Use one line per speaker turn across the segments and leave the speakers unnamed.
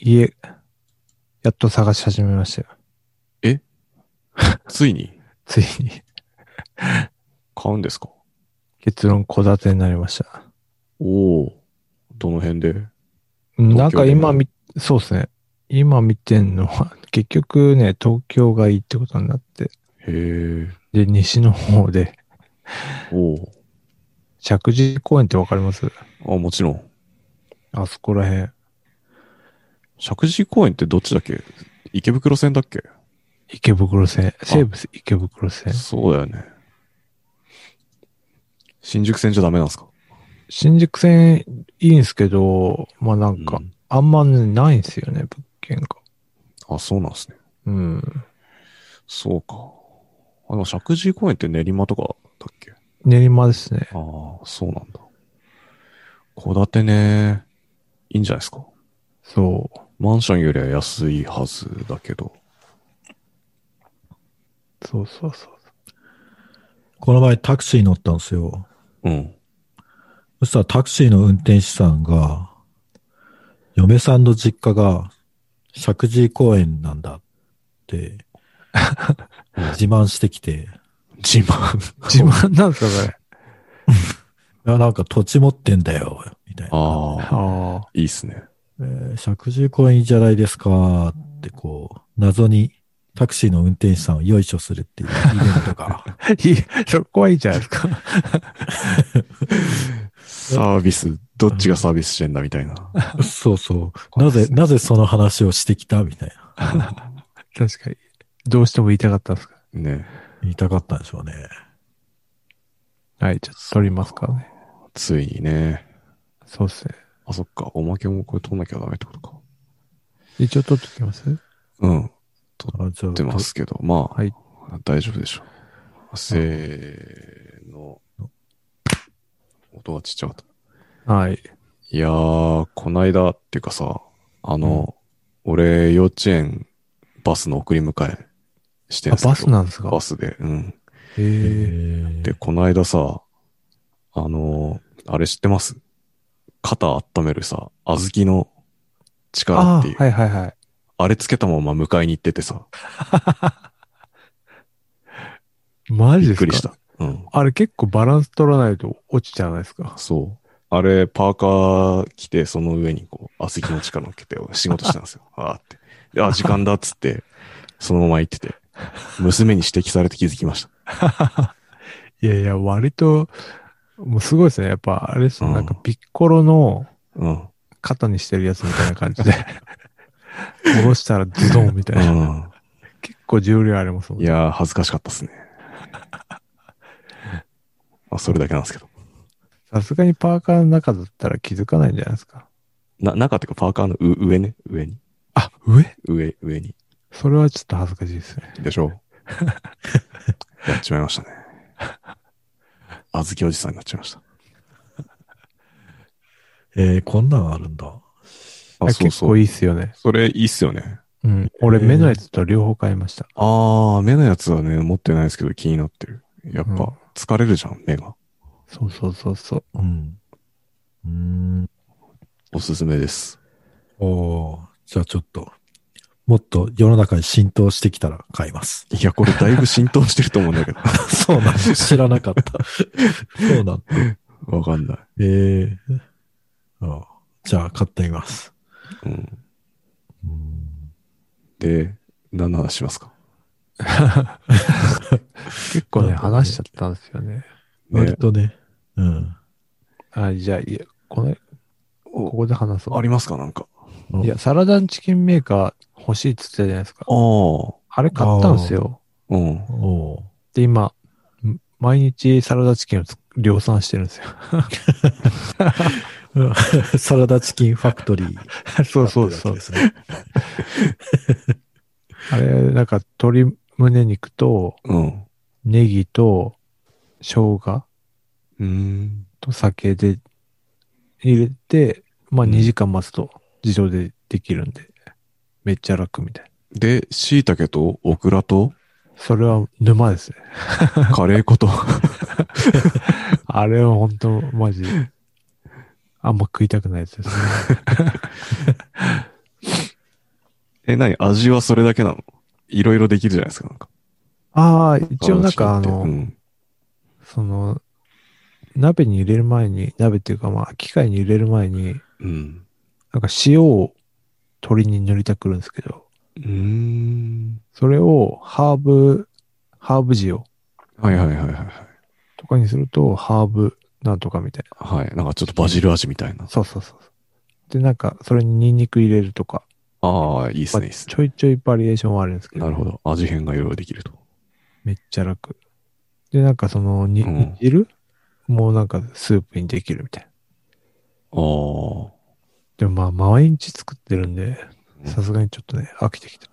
家、やっと探し始めましたよ。
ついに
ついに
買うんですか
結論戸建てになりました。
おお。どの辺で
うんなん
東京
か
でも
今み、そうですね。今見てんのは、結局ね、東京がいいってことになって、
へえ。
で、西の方で、
おお。
石神井公園ってわかります
あ、もちろん。
あそこらへん。
石神井公園ってどっちだっけ池袋線だっけ
池袋線、西武池袋線。
そうだよね。新宿線じゃダメなんですか
新宿線いいんすけど、まあなんか
う、ん
あんまね、ないんすよね、物件が。
あ、そうなんですね。
うん。
そうか。あ、でも石神井公園って練馬とかだっけ
練馬ですね。
ああ、そうなんだ。戸建てね、いいんじゃないですか。
そ
マンションよりは安いはずだけど。
う。そうそうそう。
この前タクシー乗ったんですよ。
うん。
そしたらタクシーの運転手さんが、嫁さんの実家が石神井公園なんだ って、自慢してきて、
自慢。
自慢なんですか、それ。
いやなんか土地持ってんだよ、みたいな。
ああ、
ああ。
いいっすね。
えー石神井公園いいじゃないですか、ってこう、謎にタクシーの運転手さんをよいしょするっていうイベントが。
いい、 そこはいいじゃないですか。
サービス、どっちがサービスしてんだみたいな。
そうそう。 なぜ、なぜその話をしてきたみたいな。
確かに。どうしても言いたかったんですか。
ね
言いたかったんでしょうね。
はい、じゃあ取りますからね。
ついにね。
そうっすね。
あ、そっか。おまけもこれ取んなきゃダメってことか。
一応取っときます
うん。
あじゃ
取
あ
ってますけど、まあ、
はい
大丈夫でしょう。せーの。音がちっちゃかった。
はい。
いやー、こないだっていうかさ、あの、俺、幼稚園、バスの送り迎えして
あ、
んすけど
バスなんですか
バスで、うん。
ええ
えー
で、こないださ、あのーあれ知ってます肩温めるさ、小豆の力
あ
っていう、
あ、はいはいはい。
あれつけたまま迎えに行っててさ、
マジ
び
で
っ
すか
くりした。うん。
あれ結構バランス取らないと落ちちゃわないですか
そう。あれ、パーカー着て、その上にこう、小豆の力乗っけて、仕事したんで すよ。あーって。であ、時間だっつって、そのまま行ってて、娘に指摘されて気づきました。
いやいや、割と、もうすごいですね。やっぱ、あれですね、
うん
なんかピッコロの
うん。
肩にしてるやつみたいな感じで、 下ろしたらズドンみたいうな。
ん。
結構重量ありますもん
い
ね。
やー、恥ずかしかったっ すね。まあ、それだけなんですけど。
さすがにパーカーの中だったら気づかないんじゃないですか。
な、中っていうかパーカーのう上ね。上に。
あ、上
上、上に。
それはちょっと恥ずかしいですね。
でしょ うやっちまいましたね。あずきおじさんになっちゃいました。
えーこんなんあるんだ。
あ、そう
結
そ
構
う。
いいっすよね。
それいいっすよね。
うん。俺、目のやつと両方買いました。
あー、目のやつはね、持ってないですけど気になってる。やっ
うん
ぱ、疲れるじゃん、目が。
そうそうそうそう。
うん。うーん。
おすすめです。
おーじゃあちょっと、もっと世の中に浸透してきたら買います。
いや、これだいぶ浸透してると思うんだ けど。
そうなんだ。知らなかった。そうなんだ。
わかんない。
えー、あじゃあ買ってみます。
うん。
うん
で、何の話しますか
結構ね、話しちゃったんですよね。
割とね、うん。
あ、じゃあ、いや、これ、こ
お
こで話そう。
ありますかなんか。
ます
いや、サラダチキンメーカー欲しいっつってたじゃないですか。
ああ。
あれ買ったんですよ。
うん。
おー
で、今、ん毎日サラダチキンをつ量産してるんですよ。
サラダチキンファクトリー。
そうそうそう。
ですね。
あれ、なんか鶏胸肉と
うん。
ネギと生姜
うーん。
と酒で入れて、まあ
うん
2時間待つと自動でできるんで、めっちゃ楽みたい。
で、椎茸とオクラと
それは沼ですね。
カレー粉と。
あれは本当マ ジ、あんま食いたくないやつですね。
え、何味はそれだけなのいろいろできるじゃないですか、なんか。
ああ、一応なんかあ
チキンって
の、
うん
その、鍋に入れる前に、鍋っていうかまあ、機械に入れる前に、
うん。
なんか塩を鶏に塗りたくるんですけど、
うーん。
それをハーブ、ハーブ塩
はいはいはいはいはい。
とかにすると、ハーブなんとかみたいな。
はい。なんかちょっとバジル味みたいな。
そうそうそうそう。で、なんか、それにニンニク入れるとか、
ああ、いいっす
まあ
ね、いいっすね。
ちょいちょいバリエーションはあるんですけど、
なるほど。味変がいろいろできると。
めっちゃ楽。で、なんかその、に、
うん
煮汁もうなんかスープにできるみたいな。
あ
でもまあ、毎日作ってるんで、
うん
さすがにちょっとね、飽きてきた。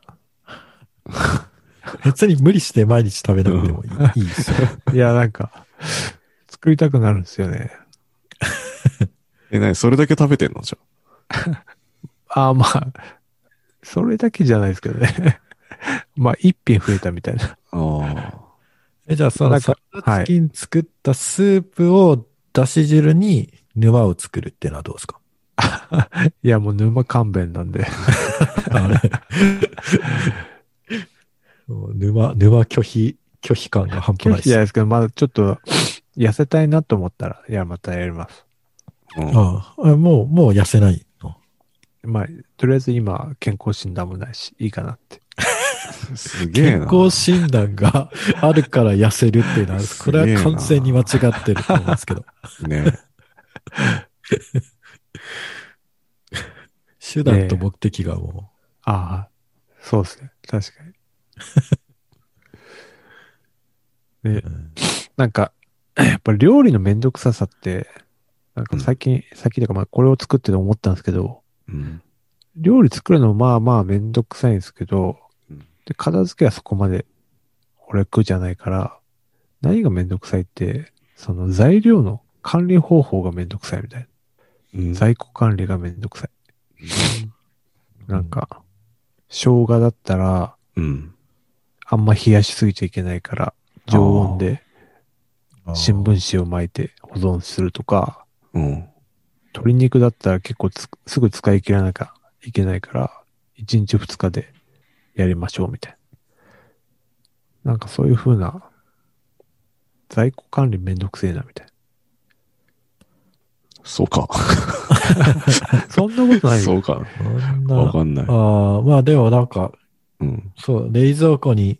別に無理して毎日食べなくてもいい,、いいですよ。
いや、なんか、作りたくなるんですよね。
あ。え、何それだけ食べてんのじゃ
ああ、まあ、それだけじゃないですけどね。 まあ、一品増えたみたいな。
あ。あ
えじゃあ、そ
な
の
んか
サラダチキン作ったスープを、だし汁に沼を作るっていうのはどうですか
いや、もう沼勘弁なん で。
あれもう沼、沼拒否、拒否感が半端
拒
ない
否じ
で
ゃな
す。
い
あ
ですけど、まだちょっと、痩せたいなと思ったら、いや、またやります。
あ。うん
ああもう、もう痩せないの。
まあ、とりあえず今、健康診断もないし、いいかなって。
すげえ
健
な。
康診断があるから痩せるっていうのは、これは完全に間違ってると思うんですけ ど、
ね。
手段と目的がも
ああ、そうですね。確かに。
う、
ね
う、ん
なんか、 やっぱ料理のめんどくささって、なんか最近、最近というか、まあ、これを作ってて思ったんですけど、
うん。
料理作るのまあまあめんどくさいんですけど
うん、
で、片付けはそこまで俺は苦じゃないから、何がめんどくさいって、その材料の管理方法がめんどくさいみたい
うん
な。在庫管理がめんどくさい。なんか、生姜だったら、
うん。
あんま冷やしすぎちゃいけないから、常温で新聞紙を巻いて保存するとか、
うん。
鶏肉だったら結構つすぐ使い切らなきゃいけないから、1日2日でやりましょうみたいな。なんかそういう風な、在庫管理めんどくせえなみたい
そうか。
な。そんなことない
そ
よ。
うか。
そんな
わかんない。
ああ、まあでもなんか、
うん。
そう、冷蔵庫に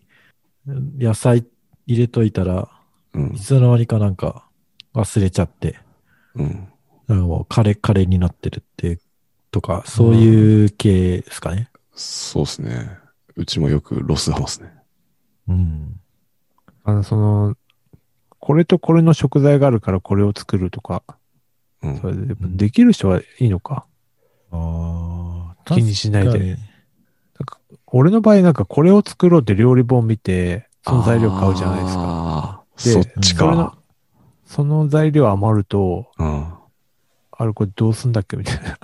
うん野菜入れといたら、
うん
い。つの間にかなんか忘れちゃって、
うん。
なんかもうカレカレになってるって、とか、そういう系ですかね。
そうっすね。うちもよくロスハマスね。
うん。
あの、その、これとこれの食材があるからこれを作るとか、
うん
そ。れでできる人はいいのか。
ああ、
気にしないで
確かに。
俺の場合なんかこれを作ろうって料理本見て、その材料買うじゃないですか。
か。
で
そっち
それの
か。
その材料余ると、
うん。は
あれこれどうすんだっけみたいな。
い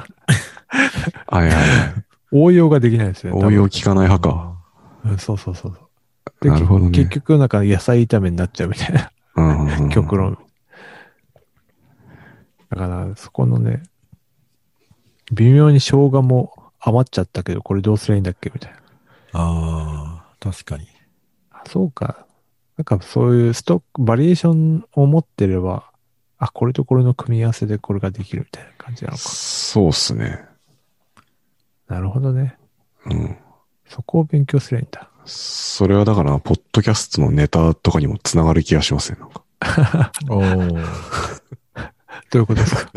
はいは
応用ができないです
い。
よね。
応用効かない派か。
多分。うんそうそうそうそう。で
なるほどね。
結局なんか野菜炒めになっちゃうみたいな。
うんうんう ん、
極論。だから、そこのね、微妙に生姜も余っちゃったけど、これどうすりゃいいんだっけみたいな。
ああ、確かに。
あそうか。なんかそういうストック、バリエーションを持ってれば、あ、これとこれの組み合わせでこれができるみたいな感じなのか。
そうっすね。
なるほどね。
うん。
そこを勉強すりゃいいんだ。
それはだから、ポッドキャストのネタとかにもつながる気がしますね。なんか
おー
どういうことですか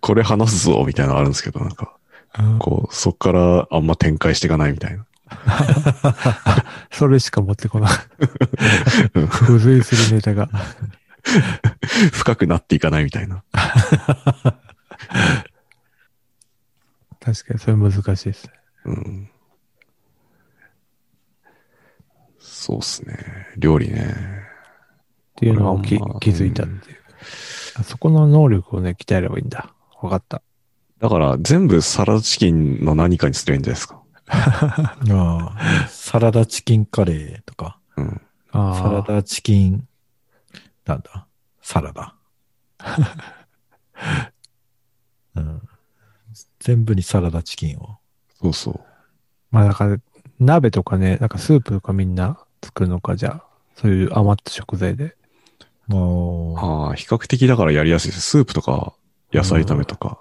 これ話すぞみたいなのあるんですけど、なんか、
うん
こう、そっからあんま展開していかないみたいな。
それしか持ってこない。
うん
付随するネタが。
深くなっていかないみたいな。
確かにそれ難しいですね。
うん。そうっすね。料理ね。
っていうのをき
これはまあ
気づいたっていう。あそこの能力をね、鍛えればいいんだ。わかった。
だから、全部サラダチキンの何かにすればいいんじゃないですか。
ああ、サラダチキンカレーとか、
うん。
あ
サラ
あ。
ダチキン、なんだ、サラダ。うん、全部にサラダチキンを。
そうそう。
まあだから、鍋とかね、なんかスープとかみんな作るのか、じゃあ、そういう余った食材で。
ああ、
ああ、比較的だからやりやすいです。スープとか、野菜炒めとか、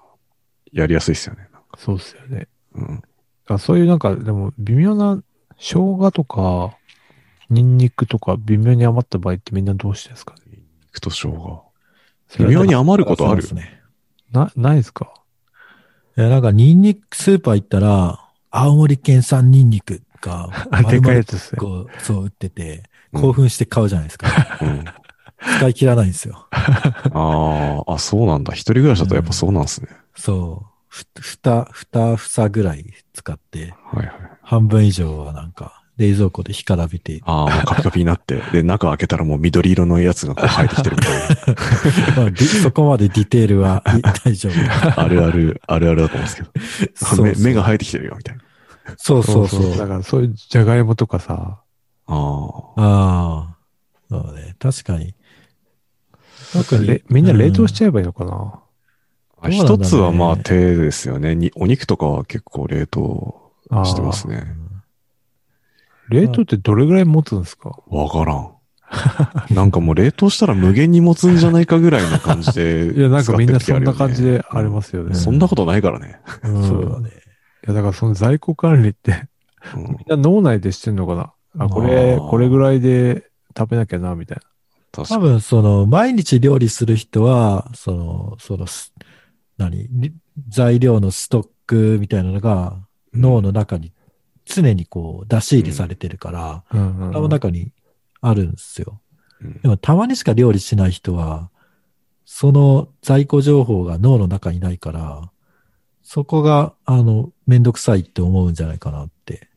やりやすいですよね。
そうっすよね。
うん。
だからそういうなんか、でも微妙な生姜とか、ニンニクとか微妙に余った場合ってみんなどうしてですかね
肉と生姜。
それ
微
は
妙に余ることあ
そう
る
ですね。
な、ないですか
いや、なんか、ニンニクスーパー行ったら、青森県産ニンニクが、
あ、でかいやつですね。
丸々こう、そう、売ってて、
うん
興奮して買うじゃないですか。
うん。
使い切らないんですよ。
ああ、あ、そうなんだ。一人暮らしだとやっぱそうなんですね。
そう。ふ、ふた、ふたふさぐらい使って、
はいはい。
半分以上はなんか、冷蔵庫で干からびて、
ああ、もうカピカピになって。で、中開けたらもう緑色のやつがこう生えてきてるみたい な。
まあ、ディそこまで ディテール はい大丈夫。
あるある、あるあるだと思うんですけど。
そう
目
そう
目が生えてきてるよ、みたいな。
そうそうそう。
だからそういうじゃがいもとかさ、
あ
ああ。そうね。確かに。特に
れみんな冷凍しちゃえばいいのかな、
あ。
どうなん
一
だろうね
つはまあ手ですよね。にお肉とかは結構冷凍
あー
してます
う
ね。
ん
冷凍ってどれぐらい持つんですか
わからん。なん かもう冷凍したら無限に持つんじゃないかぐらいの感じで。
いや、なんかみんなそんな感じであり
す
ますよね。
うん
そ
そんなことないからね。
うん
そう
そうだね。
いや、だからその在庫管理って、
うん
みんな脳内でしてんのかなあ、これ
あ、ー
これぐらいで食べなきゃな、みたい
確か
多
に。
分、その、毎日料理する人は、その、その、す何り材料のストックみたいなのが、脳の中に常にこう、出し入れされてるから、
な。うんうんうん
頭の中にあるんですよ。
うん
でも、たまにしか料理しない人は、その在庫情報が脳の中にないから、そこが、あの、めんどくさいって思うんじゃないかなって、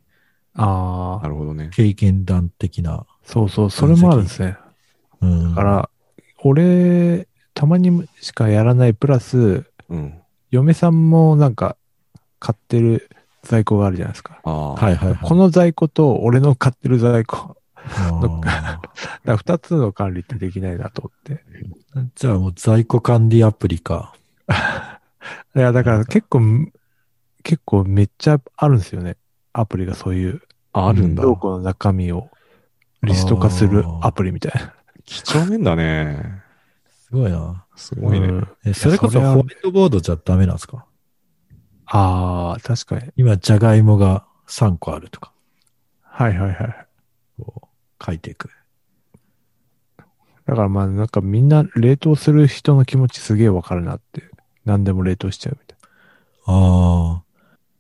あ
な
あ、
るほどね。
経験談的な。
そうそう、それもあるんですね。
うん。
だから、俺、たまにしかやらない、プラス、
うん。
嫁さんもなんか、買ってる在庫があるじゃないですか。
ああ。
はいはいはい。
この在庫と俺の買ってる在庫、
あ
だから二つの管理ってできないなと思って。
ーじゃあもう在庫管理アプリか。
いや、だから結構、結構めっちゃあるんですよね。アプリがそういう、
ああるんだ。
どこの中身をリスト化するアプリみたいな。
貴重面だね。
すごいな。
すごいね。
うん
え、それこ
そ
そ
れは
ホワイトボードじゃダメなんですか
ああ、確かに。
今、じゃがいもが3個あるとか、
はいはいはい。
こう、書いていく。
だからまあなんかみんな冷凍する人の気持ちすげえわかるなって。何でも冷凍しちゃうみたいな。
あ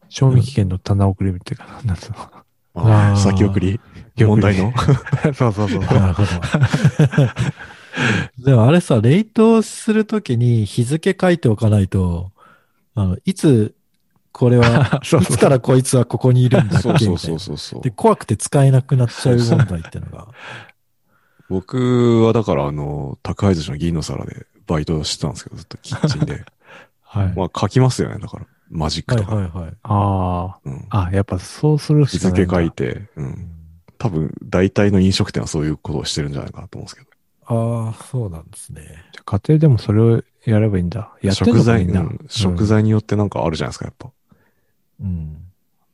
賞味期限の棚送りみたいな。なんつうの
あ
あ
あ
ー
先送り問題の
そうそうそう
あ、。なるほど。でもあれさ、冷凍するときに日付書いておかないと、あの、いつ、これは、
そ
いつからこいつはここにいるんだっけ
そ
み
う
たい
そ
な
うそうそうそう
で、。怖くて使えなくなっちゃう問題ってのが。
僕はだからあの、宅配寿司の銀の皿でバイトしてたんですけど、ずっとキッチンで。
はい。
まあ書きますよね、だから。マジック
はい
とか。
はいはい。
あ
うん
あ。あ、やっぱそうするし
日
かない
付
んだ
書いて、うん。多分、大体の飲食店はそういうことをしてるんじゃないかなと思うんですけど。
ああ、そうなんですね。
じゃあ家庭でもそれをやればいいんだ。やってん
食
のか
材、
みんな。
うん食材によってなんかあるじゃないですか、やっぱ。だか
うん。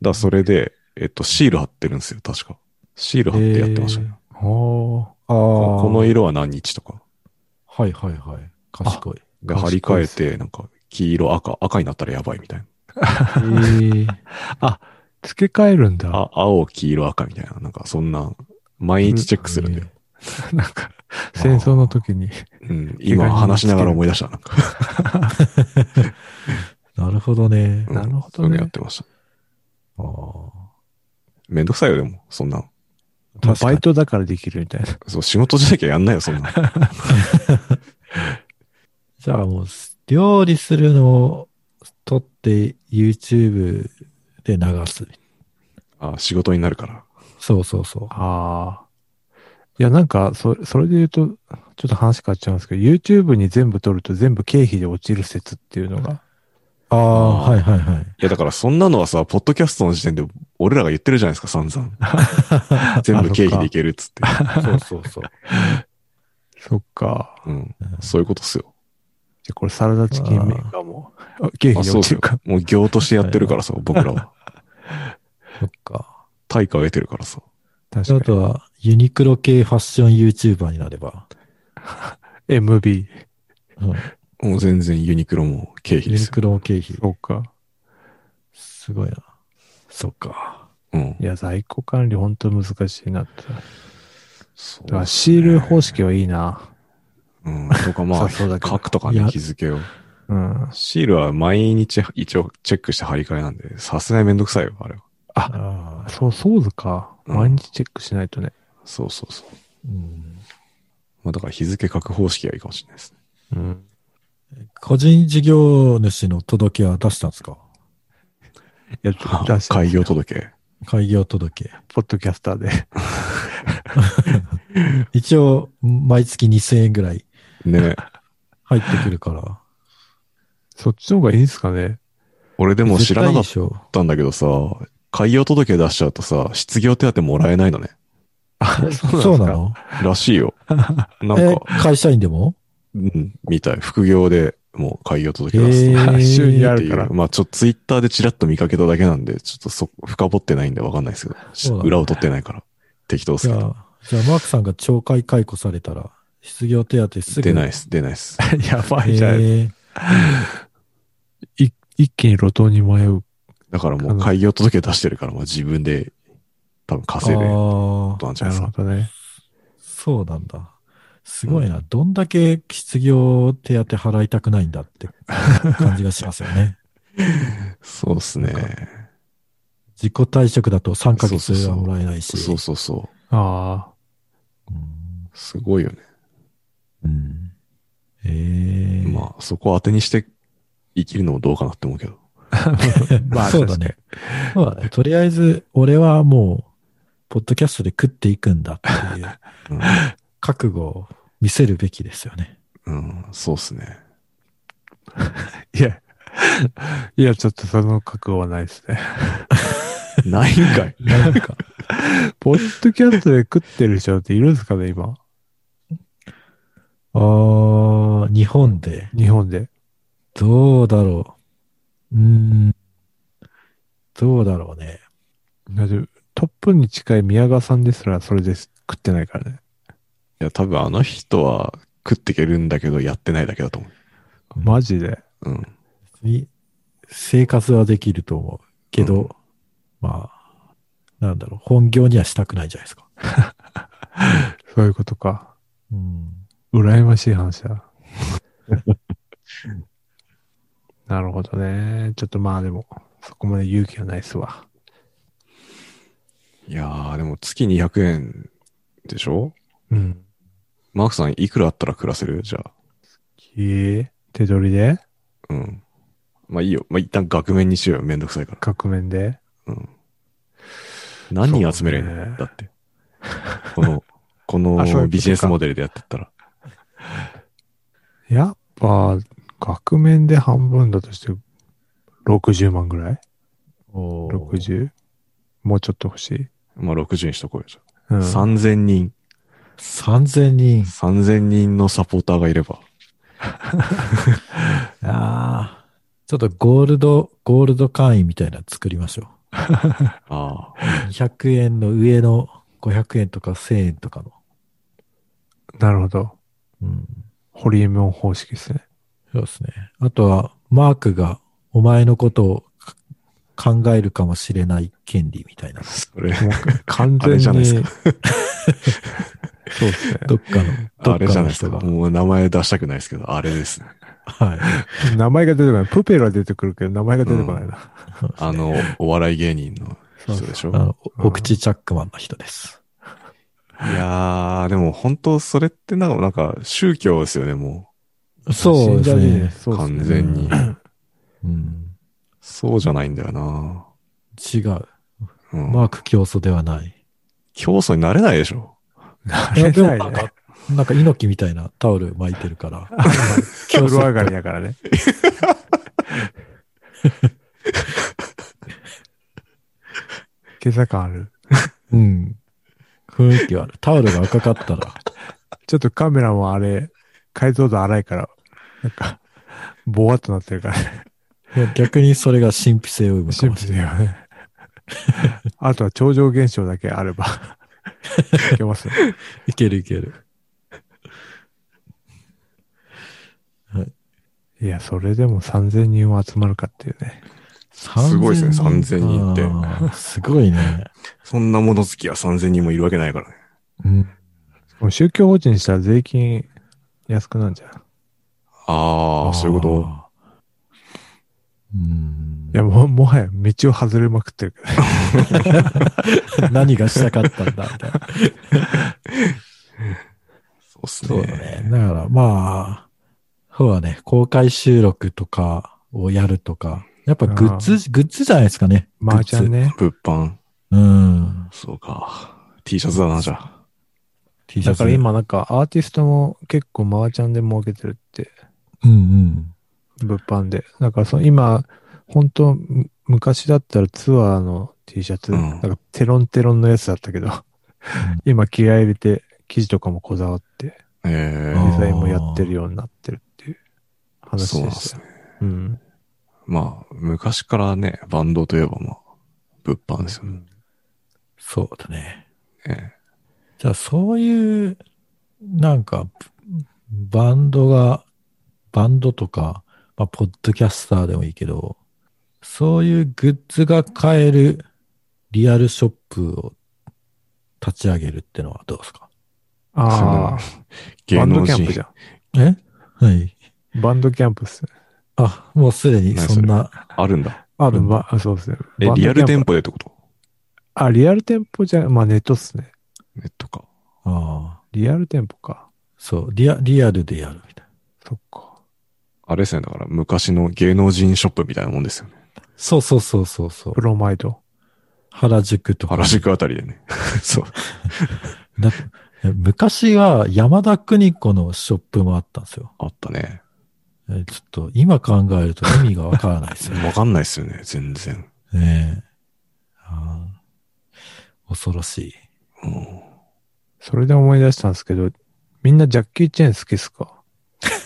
らそれで、えっと、シール貼ってるんですよ、確か。シール貼ってやってましたね。
うん。おー
ああ。
ここの
はい
色は何日とか。
はいはい。賢い。
で、張り替えて、なんか、黄色、赤、赤になったらやばいみたい
ええ。
付け替えるんだ。
な。あ、青、黄色、赤みたいな。なんか、そんな、毎 日チェックするんだよ。
なんか、戦争の時に。
うん。今、話しながら思い出した。なんか、
なるほどね
う。ん
なるほ
そう
ど
いうのやっ
ね。
てました。
あ
めんどくさいよ、でも、そんな。
あ。
まあバイ
ト。
トだからできるみたいな。
そう、仕事じゃなきゃやんないよ、そんな。
じゃあもう、料理するのを撮って YouTube で流す。
あ、仕事になるから。
そうそうそう。
ああ。いや、なんか、そ、それで言うと、ちょっと話変わっちゃうんですけど、YouTube に全部撮ると全部経費で落ちる説っていうのが。
ああ、はいはいはい。
いや、だからそんなのはさ、ポッドキャストの時点で俺らが言ってるじゃないですか、散々。 全部経費でいけるっつって。
そうそうそう。
そっか。
うん。そういうことっすよ。
じゃあこれサラダチキ ンメーカーも、あ経
あ
費で
そ
落
うっす
ち
よ
るか。。
もう業としてやってるからさ、僕らは。
そっか。
対価を得てるからさ。
確
であ
か
とは、ユニクロ系ファッション YouTuber になれば、
に。MB。
うん、
もう全然ユニクロも経費
ユ
で
ニ
すよ。
クロ経費。
そうか。
すごいな。そっか。
うん
い。や、在庫管理本当難しいなって。
そ
だからシール方式はいいな。
うん。とかま あ、
そうだ
書
けど
くとかね
い、や
日付を。
うん。
シールは毎日一応チェックして張り替えなんで、さすがにめんどくさいよ、あれは。
ああ、
そう、そうか。
うん
毎日チェックしないとね。
そうそうそう。
うん。
まあだから日付書く方式はいいかもしれないですね。
うん。
個人事業主の届けは出したんですか
いや、出して
開業届け。
開業届。
ポッドキャスターで。
一応、毎月2000円ぐらい
ね
入ってくるから。
そっちの方がいいんすかね
俺でも知らなかっ
絶対いいでしょ
たんだけどさ、開業届出しちゃうとさ、失業手当もらえないのね。
あ、
そうなの
らしいよ。なん
え
か、、
会社員でも
うん、みたい。副業でもう開業届
え
出す。
ー 収入あ
って
る
い
から
う。まあちょっとツイッターでチラッと見かけただけなんで、ちょっとそ、深掘ってないんでわかんないですけどし
そう、だね
裏を取ってないから、適当です
じ
け
ゃ
ど。
あ、じゃあ、マークさんが懲戒解雇されたら、失業手当すぐ。
出ない
い。
です、出ないです。
やば
え
いじゃない、
ー、
い一気に路頭に迷う。
だからもう開業届出してるから、まあ自分で多分稼いでる
あ
こ
あ、
となんじゃ
な
な
る
いです
ほ
か。
どね。
そうなんだ。すごいな。どんだけ失業手当払いたくないんだって感じがしますよ ね。
そうですね。
自己退職だと3ヶ月
そうそうそ
は
う
もらえないし。
そうそうそ
あ
うん
う。すごいよね。
うんえー、
まあそこを当てにして生きるのもどうかなって思うけど。
あ。 まあ、
そうだね。そうだね。とりあえず、俺はもう、ポッドキャストで食っていくんだっていう
うん
覚悟を見せるべきです よね。
うん、そうですね。
いや、 いや、ちょっとその覚悟はないですね。
ないんかい。
なんか、
ポッドキャストで食ってる人っているんですかね、今。
あー日本で、
日本で。
どうだろう。うーん、どうだろうね。
だってトップに近い宮川さんですらそれで食ってないからね。
いや、多分あの人は食っていけるんだけど、やってないだけだと思
うん
マジで。
う。うん。
に生活はできると思うけど、
うん
まあ、なんだろう、本業にはしたくないじゃないですか。
そういうことか。
うん、
羨ましい話 だ。なるほどね。ちょっとまあでも、そこまで勇気はないっすわ。
いやー、でも月200円でしょ
うん。
マークさん、いくらあったら暮らせるじゃあ。
ええ手取りで
うん。まあいいよ。まあ一旦額面にしようよ。めんどくさいから。
額面で
うん。何人集めれん
そう
の、
ね
だって。こ の、こ
あそういうこと
の
か
ビジネスモデルでやってったら。
やっぱ、額面で半分だとして、60万ぐらい
おー
?60? もうちょっと欲しい。
まあ60にしとこうよ。じゃ
うん。
あ3000人。
3000人。
3000人のサポーターがいれば。
ああ。ちょっとゴールド、ゴールド会員みたいなの作りましょ
あ
う。200円の上の500円とか1000円とかの。
なるほど。
うん。
ホリエモン方式ですね。
そうですね。あとは、マークがお前のことをか考えるかもしれない権利みたいな
あ。。それ、
完
あ
全に。
れじ
そ
ゃ
う
ないです
ですね。
どっかの、ど
あ
っか
れじゃな
の
いです
人
か。
が。
もう名前出したくないですけど、あれですね。
は い。
名前が出てこない。プペルは出てくるけど、名前が出てこないな。
あの、お笑い芸人の人でしょ
あの、
うん
お口チャックマンの人です。
いやー、でも本当それってなんか、なんか宗教ですよね、も
そう
信
です
者ビジネ
ね。
ス。そ
う。
うです
完
ね
全に。
うん。
そうじゃないんだよな
違う。
うん。
マーク競争ではない。
競争になれないでしょ。
慣
いや
れ
でも
ない
なん
ね。
か、なんか猪木みたいなタオル巻いてるから。
風 呂上がりだからね。今朝感ある。
うん。雰囲気はある。タオルが赤かったら、
ちょっとカメラもあれ、解像度荒いから、なんか、ぼわっとなってるからね。
いや逆にそれが神秘性を生むか
シン
も
プ
し
ル
れ
だ
ない。
よね。あとは超常現象だけあれば、いけますね。
いけるいける。
いや、それでも3000人は集まるかっていうね。
すごいですね3000人って
って。すごいね。
そんな物好きは3000人もいるわけないからね。
うん。
もう宗教法人にしたら税金安くなんじゃん。い
ああ、そういうこと。
うん。
や、もう、もはや道を外れまくってるけどね。
何がしたかったんだみたいな。
そうっす
そうだ
ね。
ね。だからまあ、そうだね。公開収録とかをやるとか。やっぱグッズ、グッズじゃないですかね。
まあちゃん
グッ
ね。
物販。
ズ。うん。
そうか。T シャツだな、じゃあ。
T シャ
だ
ツ。
から。今なんかアーティストも結構マーチャンで儲けてるって、
うんうん。
物販で。だからその今、本当む昔だったらツアーの T シャツ、
うん
なんかテロンテロンのやつだったけど、今気合い入れて生地とかもこだわって、
え
あ
デ
ー
ザインもやってるようになってるっていう
え
話
そうなん
で
で
し
す
た
ね
よ。。うん。
まあ、昔からね、バンドといえばまあ、物販ですよね。
そうだね。
え
じゃあそういう、なんか、バンドが、バンドとか、まあ、ポッドキャスターでもいいけど、そういうグッズが買えるリアルショップを立ち上げるってのはどうですか
ああ、
え
バンドキャンプじゃ
えはい。
ん。バンドキャンプっすね。
あ、もうすでに
何
そんな、
あるんだ。
ある、ば、あそうですね。
え
バ、ンドキ
リ
ャ
ア
ンプ
ル店舗でってこと
あ、リアル店舗じゃ、まあネットっすね。
ネットか。
ああ、
リアル店舗か。
そう、リア、リアルでやるみたいな。
そっか。
あれですね、だから昔の芸能人ショップみたいなもんですよね。
そうそうそうそうそう
プ。ロマイド。
原宿とか
原。宿あたりでね。 そう。
だ昔は山田邦子のショップもあったんですよ。
あったね。
えちょっと今考えると意味がわからない ですよね。
わかんないっすよね、全然。
ねえあー恐ろしい。
うん。
それで思い出したんですけど、みんなジャッキー・チェーン好きっすか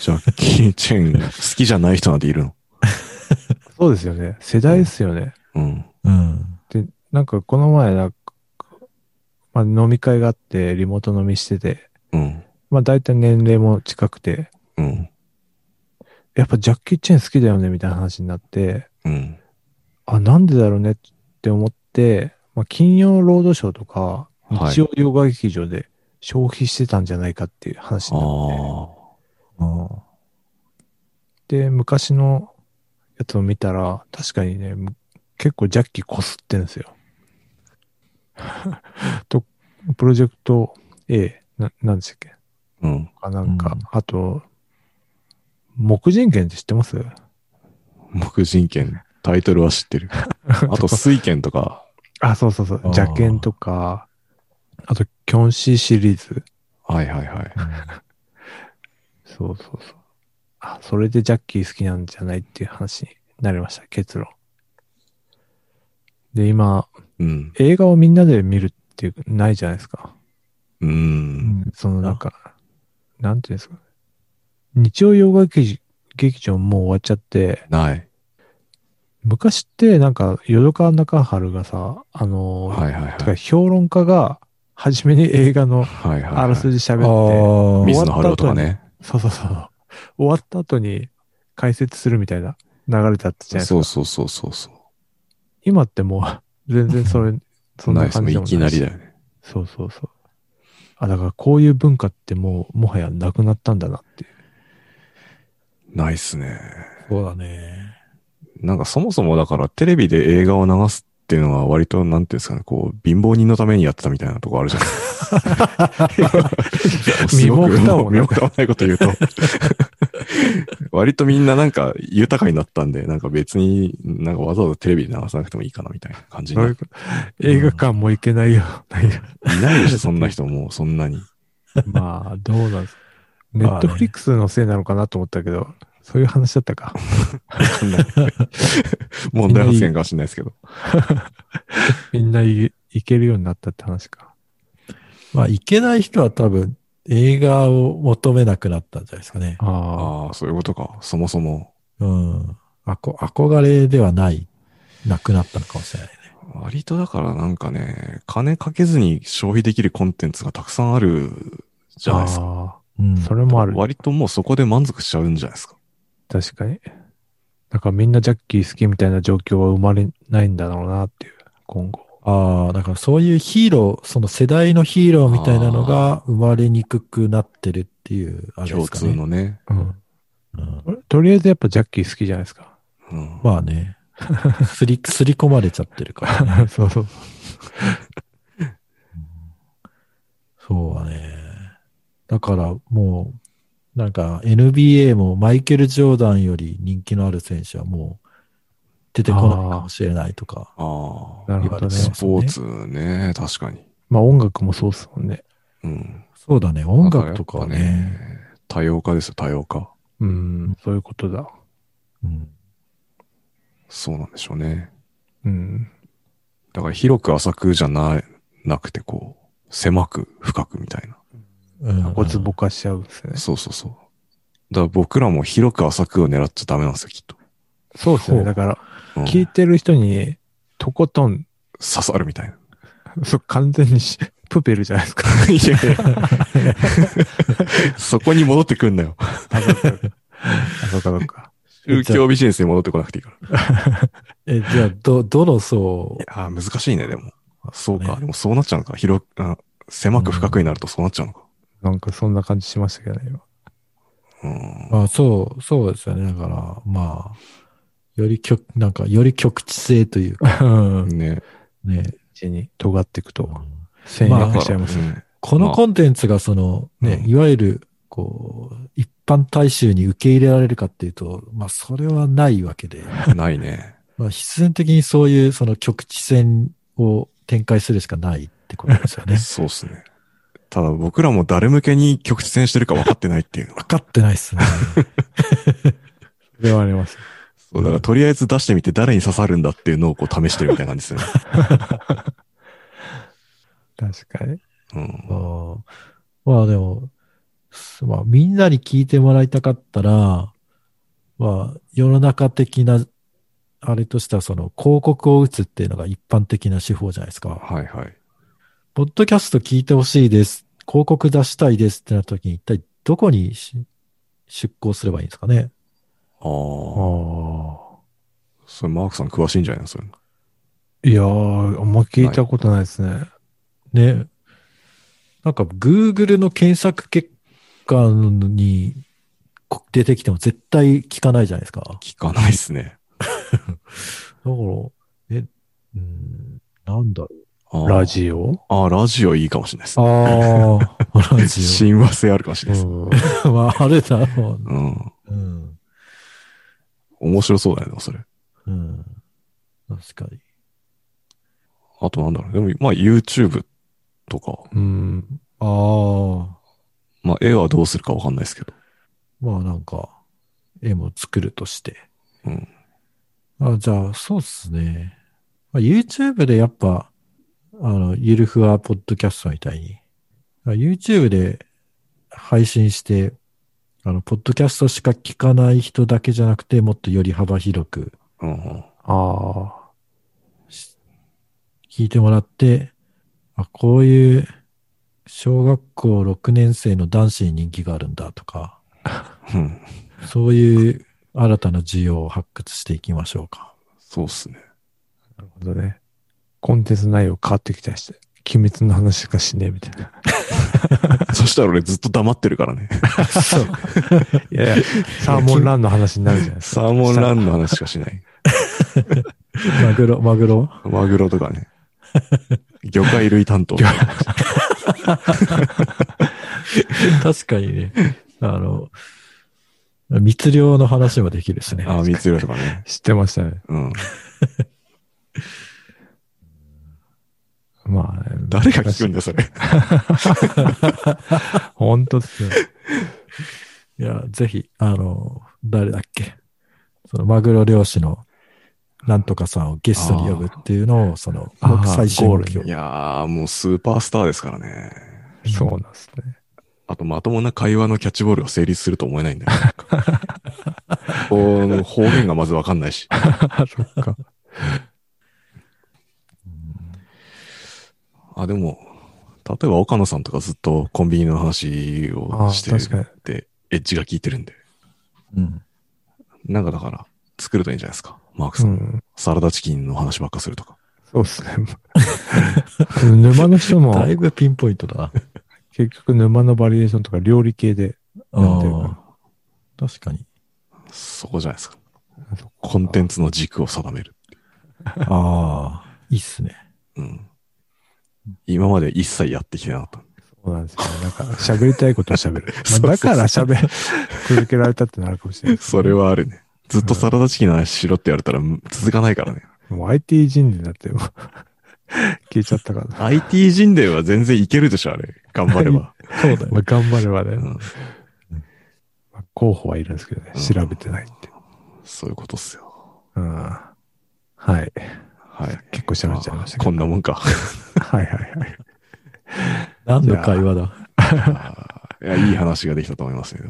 ジャッキー・チェン、好きじゃない人なんているの
そうですよね。世代っすよね。
うん。
うん。
で、なんかこの前、なんか、まあ飲み会があって、リモート飲みしてて、
うん。
まあ大体年齢も近くて、
うん。
やっぱジャッキー・チェーン好きだよね、みたいな話になって、
うん。
あ、なんでだろうねって思って、まあ金曜ロードショーとか、
はい
日曜洋画劇場で消費してたんじゃないかっていう話
あ
になって、
あ。
あ
で、昔のやつを見たら、確かにね、む結構ジャッキこすってんですよ。 と、プロジェクト A、な、なんでしたっけ
うん。
あなんか、
うん
あと、木人剣って知ってます
木人権、タイトルは知っ てる。あと、水剣とか。
あ、そうそうそう
あ、ー
邪剣とか、あと、キョンシーシリーズ。
はいはいはい。
そうそうそう。あ、それでジャッキー好きなんじゃないっていう話になりました、結論。で、今、
うん。
映画をみんなで見るっていう、ないじゃないですか。
う。
うんん
そのなんか、なんていうんですかね。日曜洋画劇劇場もう終わっちゃって、
ない。
昔ってなんか、淀川中春がさ、あの、
はいはい
てか
はい。
評論家が、初めに映画の
はいはい、
あ
は
らす
い。
じ喋って、
あ
み
あ、
水野晴夫とかね。
そうそうそう。終わった後に解説するみたいな流れだったじゃないですか。
そうそうそうそうそう。
今ってもう、全然 それ、そん
ない
な
です
感じ
ね。
で
い
も
きなりだよね。
そうそうそう。あ、だからこういう文化ってもう、もはやなくなったんだなっていう。
ないっすね。
そうだね。
なんかそもそもだからテレビで映画を流すっていうのは割となんていうんですかね、こう、貧乏人のためにやってたみたいなとこあるじゃない ですか。すご
身も
く
蓋もなく
身も蓋もないこと言う と。割とみんななんか豊かになったんで、なんか別になんかわざわざテレビで流さなくてもいいかなみたいな感じに
どう
な
いう
る。
こと映画館も行けないよ。
いないでしょ、そんな人もうそんな に。
まあ、どうなんですか。ネ
まあ
ット
ね
フリックスのせいなのかなと思ったけど、そういう話だったか。
わかんない 問題発言かもしれないですけど。
みんない行けるようになったって話か。
まあ、いけない人は多分映画を求めなくなったんじゃないですかね。
ああ。
ああ、そういうことか。そもそも。
うん。あこ憧れではない、なくなったのかもしれないね。
割とだからなんかね、金かけずに消費できるコンテンツがたくさんあるじゃないですか。
あ
うん
ー。それもある。
割ともうそこで満足しちゃうんじゃないですか。
確かに。だからみんなジャッキー好きみたいな状況は生まれないんだろうなっていう、今後。
ああ、だからそういうヒーロー、その世代のヒーローみたいなのが生まれにくくなってるっていう、あれで
共
すか
通
ね。
のね。
うん。
うん
ととりあえずやっぱジャッキー好きじゃないですか。
うん
まあね。すり、 すり込まれちゃってるか ら。
そうそう。
そうはね。だからもう、なんか NBA もマイケル・ジョーダンより人気のある選手はもう出てこないかもしれないとか。
ああ、
なるほどね。
スポーツね、確かに。
まあ音楽もそうっすもんね。
うん。
そうだね。音楽とかは
やっぱ
ね。。
多様化ですよ、多様化。
うん、そういうことだ。
うん
そうなんでしょうね。
うん。
だから広く浅くじゃな、なくてこう、狭く深くみたいな。
うん
ごつぼかしちゃうんですね。
そうそうそう。だから僕らも広く浅くを狙っちゃダメなんですよ、きっと。
そうです
そ
ね。
う
だから、
うん
聞いてる人に、とことん、
刺さるみたいな。
そう完全にし プペルじゃないですか。
いやいやそこに戻ってくんなよ。
あ、そうか。 あ、そうか、そうか。
宗教ビジネスに戻ってこなくていいから。
え、じゃあ、ど、どの層
ああ、難しいね、でも。そうか。
ね
でもそうなっちゃうのか。広く、あ狭く深くになるとそうなっちゃうのか。
なんかそんな感じしましたけどね、今。
うん。
まあ、そう、そうですよね。だから、まあ、より極、なんか、より極地性というか
うん。
ね。
ね。
ちに尖っていくと
う、ん
戦
まあ
略しちゃいますね。
ね。
このコンテンツが、その、
まあ
ね
う、ん
いわゆる、こう、一般大衆に受け入れられるかっていうと、まあ、それはないわけで、
ないね。
まあ、必然的にそういう、その極地線を展開するしかないってことです よね。
そうっすね。ただ僕らも誰向けに局地戦してるか分かってないっていうのが。
分かってないっすね。
それはあります。
そう、だからとりあえず出してみて誰に刺さるんだっていうのをこう試してるみたいな感じですよね。
確かに。
うん。
ああまあでも、すまあみんなに聞いてもらいたかったら、まあ世の中的な、あれとしてはその広告を打つっていうのが一般的な手法じゃないですか。
はいはい。
ポッドキャスト聞いてほしいです。広告出したいですってなった時に一体どこにし出向すればいいんですかね。
ああ。
あ
それマークさん詳しいんじゃないのそういうの。
あ。いやー、あんま聞いたことないですね。
ね。なんか Google の検索結果にこ出てきても絶対聞かないじゃないですか。
聞かないっすね。
だから、え、うん、なんだろ
あー
ラジオ
あー、ラジオいいかもしれないですね。
う。ああ、 ラジ
親和性あるかもしれないです。
うん
オ。まあ、あれだろう。
うん。
うん。
面白そうだよね、でもそれ。
うん。確かに。
あとなんだろう。でも、まあ YouTube とか、
うん。
ああ、
まあ絵はどうするかわかんないですけど。
まあなんか、絵も作るとして。
うん。
あじゃあ、そうっすね。まあ、YouTube でやっぱ、あの、ゆるふわポッドキャストみたいに。あ YouTube で配信して、あの、ポッドキャストしか聞かない人だけじゃなくて、もっとより幅広く、
うんうん。
あ
し聞いてもらって、あ、こういう小学校6年生の男子に人気があるんだとか、
うん。
そういう新たな需要を発掘していきましょうか。
そうっす ね。
あ。なるほどね。コンテンツ内容変わってきたりして、鬼滅の話しかしねえみたいな。
そしたら俺ずっと黙ってるから ね。
そう。
いやい や、サーモンランの話になるじゃないです
サーモンランの話しかしない。
マグロ、マグロ
マグロと かね。魚介類担当。
確かにね。あの、密漁の話もできるしね。
あ、密漁とかね
か。。知ってましたね。
うん。
まあね、
誰が聞くんだよ、それ。
本当ですね。
いや、ぜひ、あの、誰だっけ。そのマグロ漁師のなんとかさんをゲストに呼ぶっていうのを、その、
あー
最終
ゴール
目標
い。やー、もうスーパースターですからね。
そうなんですね。
あと、まともな会話のキャッチボールが成立すると思えないん だよ。 こう方言がまずわかんないし。
あ、そっか。
あ、でも、例えば岡野さんとかずっとコンビニの話
あ
を
あ、
して
確かに。
て、エッジが効いてるんで。
うん。
なんかだから、作るといいんじゃないですか。マーク
う
さん。
ん。
サラダチキンの話ばっかするとか。
そうですね。沼の人 も
だ、いぶピンポイントだな。
結局沼のバリエーションとか料理系で、やってるから
あー確かに。
そこじゃないですか
あそっ。
コンテンツの軸を定める。
ああ、いいっすね。
うん。今まで一切やってきてなかっ
そうなんですよね。なんか、喋りたいことを喋る。
そう
ま
そ
あ
う
だから喋る、 続けられたってなるかもしれない
た。。それはあるね。ずっとサラダチキンの話しろって言われたらむ続かないからね。
もう IT 人事になって、もう 消えちゃ ったからな。
IT 人では全然いけるでしょ、あれ。頑張れば。
そうだよ
まあ、頑張ればね、
うん
まあ候補はいるんですけどね。
うん
調べてないって。
そういうことっすよ。
うん。はい。
はい。
結構喋っちゃいました
あ
け
こんなもんか。
ど。はいはいはい。
何の会話だ。
あ ーいや、いい話ができたと思いますね。で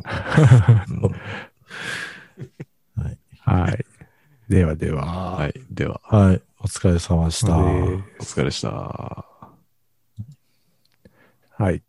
もうん
はい。ではでは。
はい。では、
はい。お疲れ様でした。
で
お疲れでした。
はい。